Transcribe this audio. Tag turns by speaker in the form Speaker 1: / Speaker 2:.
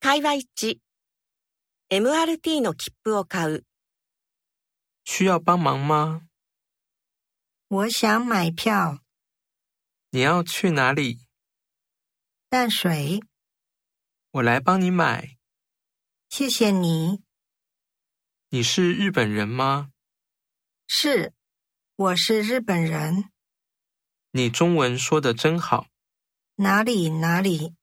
Speaker 1: 会話1、MRT の切符を買う。
Speaker 2: 需要帮忙吗？
Speaker 3: 我想买票，
Speaker 2: 你要去哪里？
Speaker 3: 淡水，
Speaker 2: 我来帮你买。
Speaker 3: 谢谢你。
Speaker 2: 你是日本人吗？
Speaker 3: 是，我是日本人，
Speaker 2: 你中文说的真好。
Speaker 3: 哪里哪里。